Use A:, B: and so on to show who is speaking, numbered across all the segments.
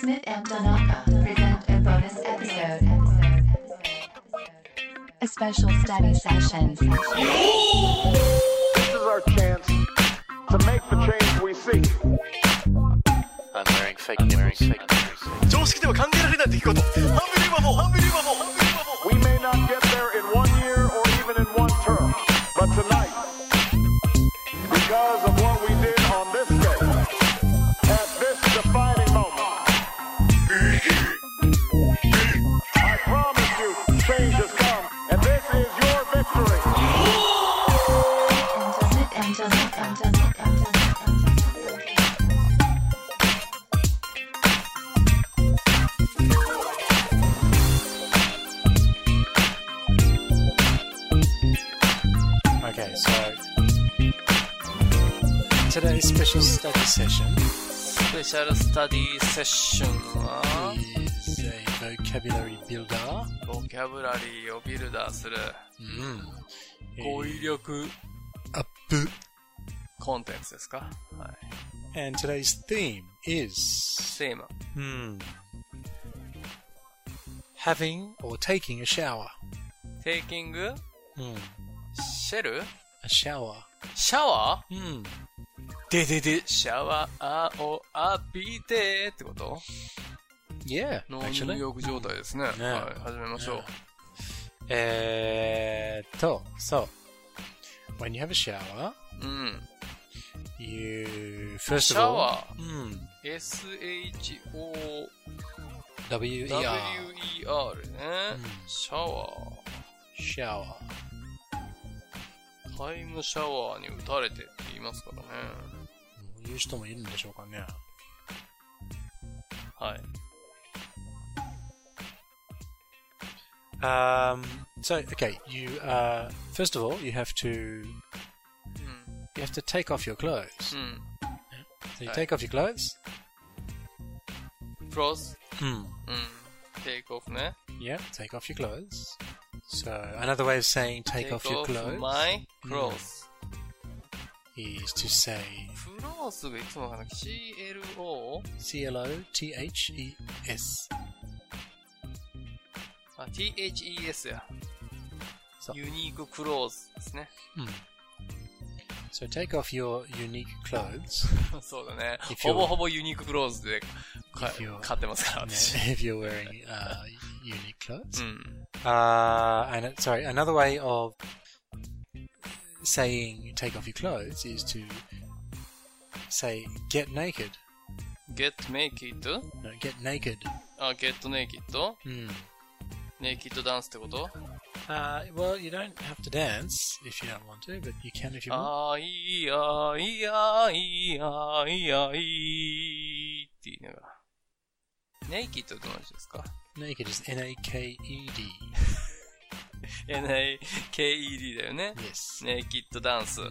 A: Smith and Donaka present a bonus episode. A special study session.
B: This is our chance to make the change we seek.
C: I'm wearing fake I'm wearing fake nipples.
D: 常識では考えられない出来事ハンビリーバボーハンビリーバボーハンビリーバボー
B: We may not get there in one year or even in one term, but tonight, because of what we did on this day, at this defining moment, I promise you, change has come, and this is your victory.
A: Smith and Donaka.
E: Okay, so today's special study session
C: スペシャルスタディセッションは
E: is a vocabulary builder.
C: ボキャブラリーをビルダーする
E: Mm.
C: 語彙力
E: Up. boot.
C: コンテンツですかはい。
E: And today's theme is
C: テーマ。
E: hmm, having or taking a shower.
C: テイキング
E: Hmm,
C: シェル
E: a shower.
C: シャワ
E: Hmm.
C: ーででで。シャワーを浴びてってこと
E: Yeah,
C: の
E: actually.
C: 入浴状態ですね。はい
E: ね。
C: 始めましょう。
E: Eh, to. So, when you have a shower,
C: うん。
E: you first
C: シ
E: of
C: ャ
E: all.
C: ワ
E: Hmm.
C: ー、SHOWER
E: W E R.
C: ね
E: うん。
C: シャワー。
E: shower.
C: タイムシャワーに打たれてって言いますからね。
E: こういう人もいるんでしょうかね。
C: はい。
E: Um, so, okay, you, uh, first of all, you have to,
C: う
E: you have to take off your clothes.
C: ん。
E: So you
C: Right.
E: take off your clothes.
C: うん。クロス。
E: Hmm.
C: うん。テイクオフね。
E: Yeah, take off your clothes. So another way of saying take, off your clothes
C: my clothes.
E: is to say
C: クロスがいつもわかんない CLO?
E: C L O T H E S.
C: あ、THES や
E: そ。う
C: ユニーククローズですね。
E: Hmm. So take off your unique clothes
C: そうだね
E: If。you're-
C: ほぼほぼユニーククローズでか
E: If you're-
C: 買ってますから、私。
E: if you're wearing uh, unique clothes.
C: うん。
E: Uh, and it- sorry, another way of saying take off your clothes is to say get naked.
C: get naked?
E: No, get naked.
C: あ、get naked?
E: Hmm.
C: ネイキッドダンスってこと
E: Uh, well, you don't have to dance if you don't want to, but you can if you want.
C: あいあいあいあいあいって言いながら。ネイキッドと同じですか
E: Naked is N A K E D.
C: ?N-I-K-E-D だよね。
E: Yes.
C: ネイキッドダンス。
E: Hmm.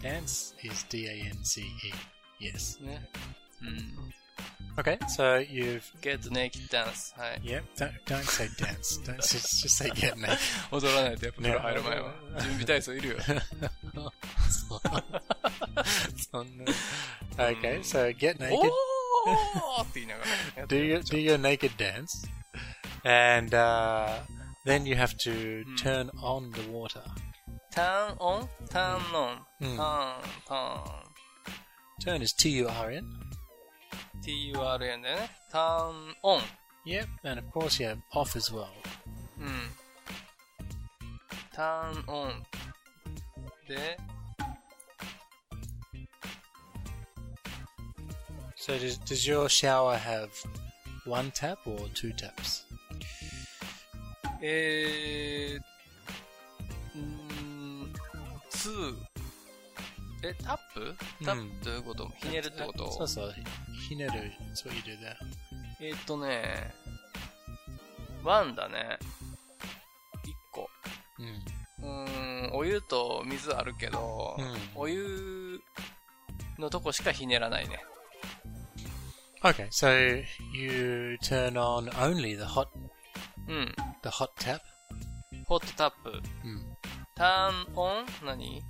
E: Dance is D A N C E. Yes.
C: ね。うん。
E: Okay, so you've.
C: Get naked dance. はい。
E: Yep, don't, don't say dance. don't just, just say get naked.
C: 踊らないとやっぱ風呂
E: ね
C: 入る前は。準備体操いるよ。
E: そんな okay, so get
C: お
E: naked.
C: ーって言いながらやって
E: do
C: る。
E: your do your naked dance, and uh, then you have to
C: Hmm.
E: turn on the water.
C: ターンオンターンオン。タ
E: うん
C: ーン、ターン。
E: Turn is T U R N.
C: TURN だよね。ターンオン。
E: Yep, and of course you have off as well.
C: うん。ターンオン。で、
E: So does, does your shower have one tap or two taps?
C: えー、んー、ツー。え、タップタッ
E: うん
C: プということひねるってこ
E: So
C: と
E: so, hineru. That's what you do there.
C: えーっとね、ワンだね。一個。
E: Mm.
C: うーん、お湯と水あるけど、
E: うん
C: お湯のとこしかひねらないね。
E: Okay, so you turn on only the hot
C: うん。
E: the hot tap.
C: ホットタップ。
E: Mm.
C: ターンオン何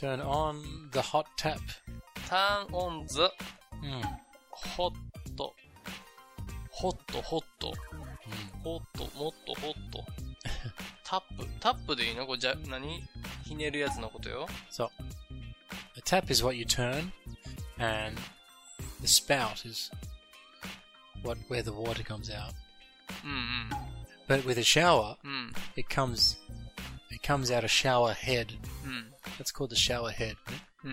E: Turn on the hot tap.
C: ターンオンズ。
E: うん。うん。
C: ホット。ホット、ホット。ホット、もっとホッ ト。タップ。タップでいいのこれじゃ、何ひねるやつのことよ。
E: So, the tap is what you turn, and the spout is what where the water comes out.
C: うん
E: But with a shower,
C: うん。うん。
E: it comes it comes out a shower head.
C: うん。
E: That's called the shower head.
C: うん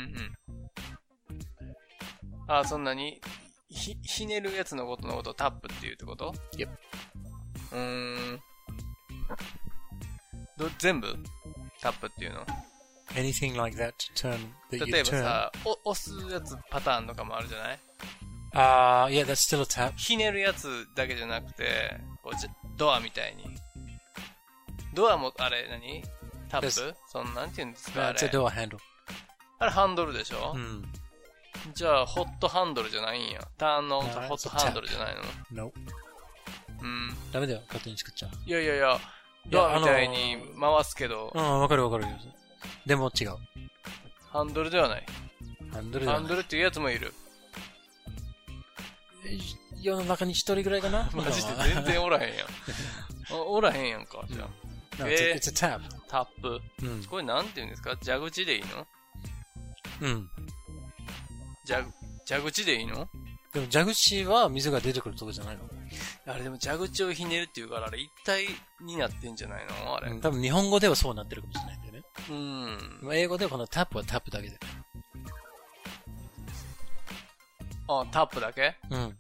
C: うん。あ、そんなに、ひ、ひねるやつのことのことをタップっていうってこと
E: Yep.
C: うーん。ど、全部タップっていうの
E: Anything like that to turn that
C: 例
E: you
C: えば
E: turn.
C: さ、お押すやつパターンとかもあるじゃない
E: Uh yeah, that's still a tap.
C: ひねるやつだけじゃなくて、こうじドアみたいに。ドアも、あれ何、タッ
E: です
C: プそんなんていうんですか
E: Uh,
C: あ
E: it's a
C: れ。
E: door handle.
C: あれハンドルでしょ、
E: Hmm.
C: じゃあ、ホットハンドルじゃないんや。ターンの
E: あー
C: ホットハンドルじゃないの
E: Nope.
C: うん。
E: ダメだよ。勝手に作っちゃう。
C: いやいやいや、ドアみたいに回すけど、
E: Oh, うん、わかるわかる。でも違う。ハンドルではない。
C: ハンドルではない。ハンドルっていうやつもいる。
E: 世の中に一人ぐらいかな
C: マジで全然おら へんやん。あおらへんやんか、じゃ
E: No, it's, a,
C: えー。
E: it's a tap.
C: あ。タップ。
E: うん。
C: これなんて言うんですか蛇口でいいの
E: うん。
C: 蛇、蛇口でいいの
E: でも蛇口は水が出てくるとこじゃないの。
C: あれでも蛇口をひねるっていうから、あれ一体になってんじゃないのあれ。
E: 多分日本語ではそうなってるかもしれないんだよね。
C: うん。
E: まあ英語ではこのタップはタップだけで。
C: あ、タップだけ
E: うん。
C: うーん。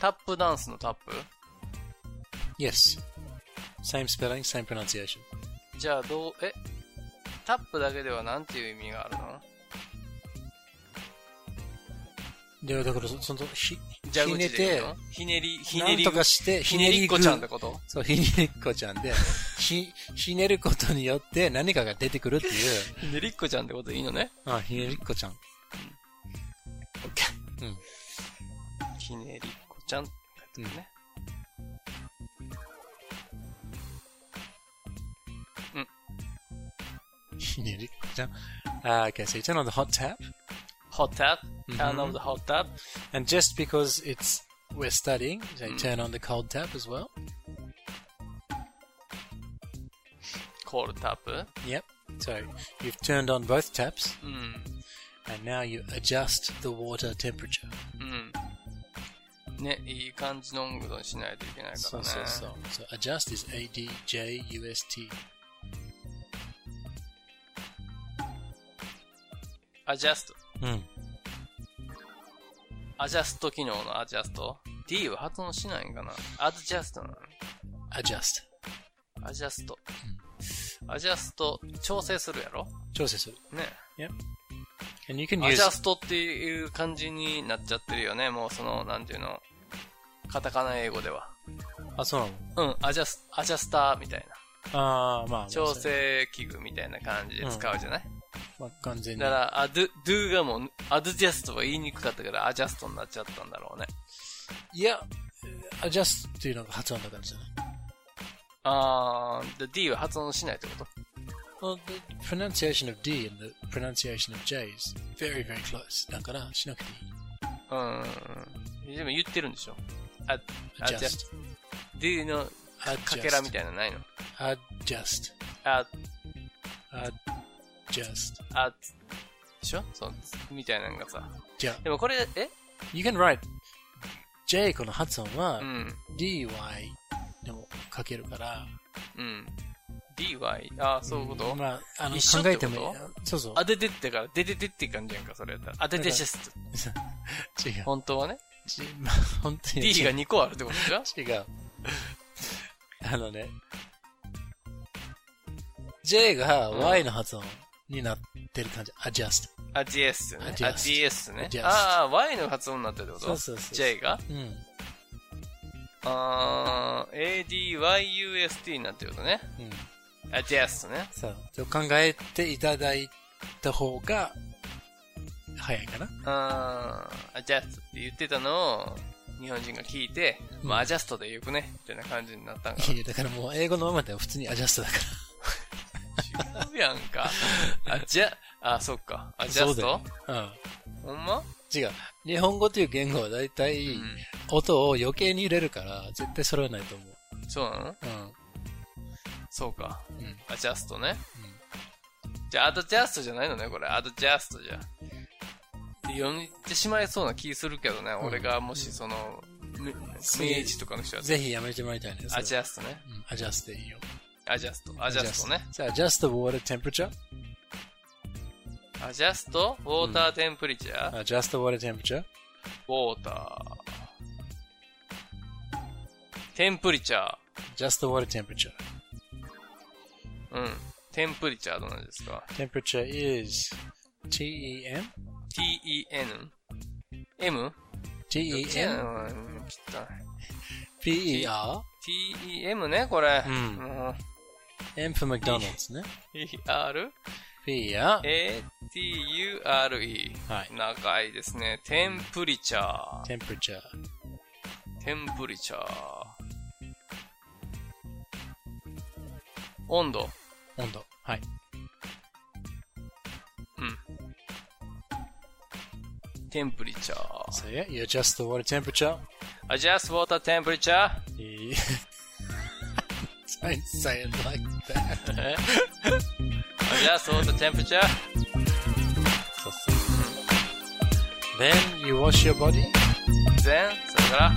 C: タップダンスのタップ
E: Yes. Same spelling, same pronunciation.
C: じゃあどう、えタップだけではなんていう意味があるの
E: で、だからそ、その、ひ、ひ
C: 蛇
E: ね
C: 口でいい
E: て
C: の、ひねり、ひ
E: な
C: ね
E: ん
C: り
E: とかして、
C: ひねりっこ
E: ぐ
C: ちゃんってこと
E: そう、ひねりっこちゃんで、ひ、ひねることによって何かが出てくるっていう、
C: ひねりっこちゃんってことでいいのね
E: あ、ひねりっこちゃん。
C: オッケー。
E: うん
C: ひねりっこちゃんってことね。
E: ひねりっこちゃん。Uh, okay, so you turn on the hot tap,
C: ホットタップ
E: Mhm.
C: Turn of the hot tap
E: and just because it's we're studying, so you turn on the cold tap as well.
C: Cold tap
E: Yep. So you've turned on both taps,
C: うん。
E: and now you adjust the water temperature.
C: うん。ね、いい感じの温度にしないといけないから
E: So,
C: ね。
E: so, so. So adjust is A D J U S T.
C: アジャスト。
E: Mm.
C: アジャスト機能のアジャスト ?D は発音しないんかなアジャストなの
E: Adjust.
C: アジャスト。アジャスト、調整するやろ
E: 調整する。
C: ね。
E: And you can
C: ア
E: use
C: ジャストっていう感じになっちゃってるよね。もうその、なんていうの。カタカナ英語では。
E: Ah,
C: うん、あジャス、アジャスターみたい
E: Ah,
C: な。調整器具みたいな感じで使うじゃない、だから、あ、ドゥ、ドゥがもう、アドジャストは言いにくかったから、アジャストになっちゃったんだろうね。
E: adjust
C: あー、で D は発音しないってこと
E: Well, the pronunciation of D and the pronunciation of J is very, very close. だからしなくていい。
C: うーん。でも言ってるんでしょあ、アジャス
E: Adjust.
C: ト。D のか
E: Adjust
C: かけらみたいなのないの
E: Adjust.
C: あ、
E: Adjust.
C: あ、でしょそう、みたいなのがさ。
E: じゃ
C: でもこれ、え
E: You can write J この発音は
C: うん。
E: DY でも書けるから、
C: うん。DY? あー、そういうこと、
E: まあ、あの
C: 一緒っ
E: 考
C: て
E: え
C: こと
E: てもいい。そうそう。
C: あ、ででってから、でででって感じやんか、それやったら。あ、ででジャスト。
E: 違う。
C: 本当はね。
E: ち まあ、本当に
C: D
E: 違
C: が
E: う。
C: 2個あるってことじゃ
E: 違う。あのね、J が Y の発音になってる感じ。adjust。
C: あ、GS ね。あ、
E: Adjust
C: GS ね
E: Adjust。
C: ああ、Y の発音になってるってこと
E: そうそうそう
C: J が
E: うん。
C: あー、ADYUST になってるってことね。
E: うん。
C: あ、GS ね。
E: そう。そう考えていただいた方が、早いかな。
C: あー、Adjust って言ってたのを、日本人が聞いて、
E: うん
C: まあ、アジャストでよくね、みたいな感じになったんか
E: いや、だからもう英語のままでは普通に adjust だから。
C: な。違うやんか。あ、じゃ、あ、そっか。アジャ
E: そう
C: ス
E: だよ
C: ト
E: うん。
C: ほんま
E: 違う。日本語という言語は大体、
C: うん
E: 音を余計に入れるから、絶対揃えないと思う。
C: そうなの
E: うん。
C: そうか。
E: うん
C: アジャストね。じゃあ、アドジャストじゃないのね、これ。アドジャストじゃ。って読んでしまいそうな気するけどね、
E: ん
C: 俺がもしその、ミ
E: すげえ
C: 明治とかの人は。
E: ぜひやめてもらいたいね。
C: アジ
E: ャ
C: ャストね。
E: うん、アジャストでいいよ。
C: アジャスト。アジャストね。
E: じゃあ、adjust the water temperature?
C: アジャスト、ウォーターテンプリチャー、ウ
E: adjust the water temperature?
C: ォーター。テンプリチャー。
E: adjust the water temperature.
C: うん。テンプリチャーどうなんですか
E: temperature is T-E-M?
C: ?T-E-N? M? どっちやね
E: T-E-M?
C: んおいうん汚い
E: P-E-R?
C: T-E-M ね、これ。
E: うん
C: も
E: M for McDonald's ね。
C: う E-R?
E: P-E-R?
C: A-T-U-R-E。
E: はい
C: 長いですね。テンプリチャー。
E: temperature.
C: テンプリチャー。温度。
E: 温度。はい。
C: テンプリチャー。
E: So yeah, you adjust the water temperature.
C: Adjust water temperature.
E: Yeah. Don't say it like that.
C: Adjust water temperature.
E: Then you wash your body.
C: Then, それから、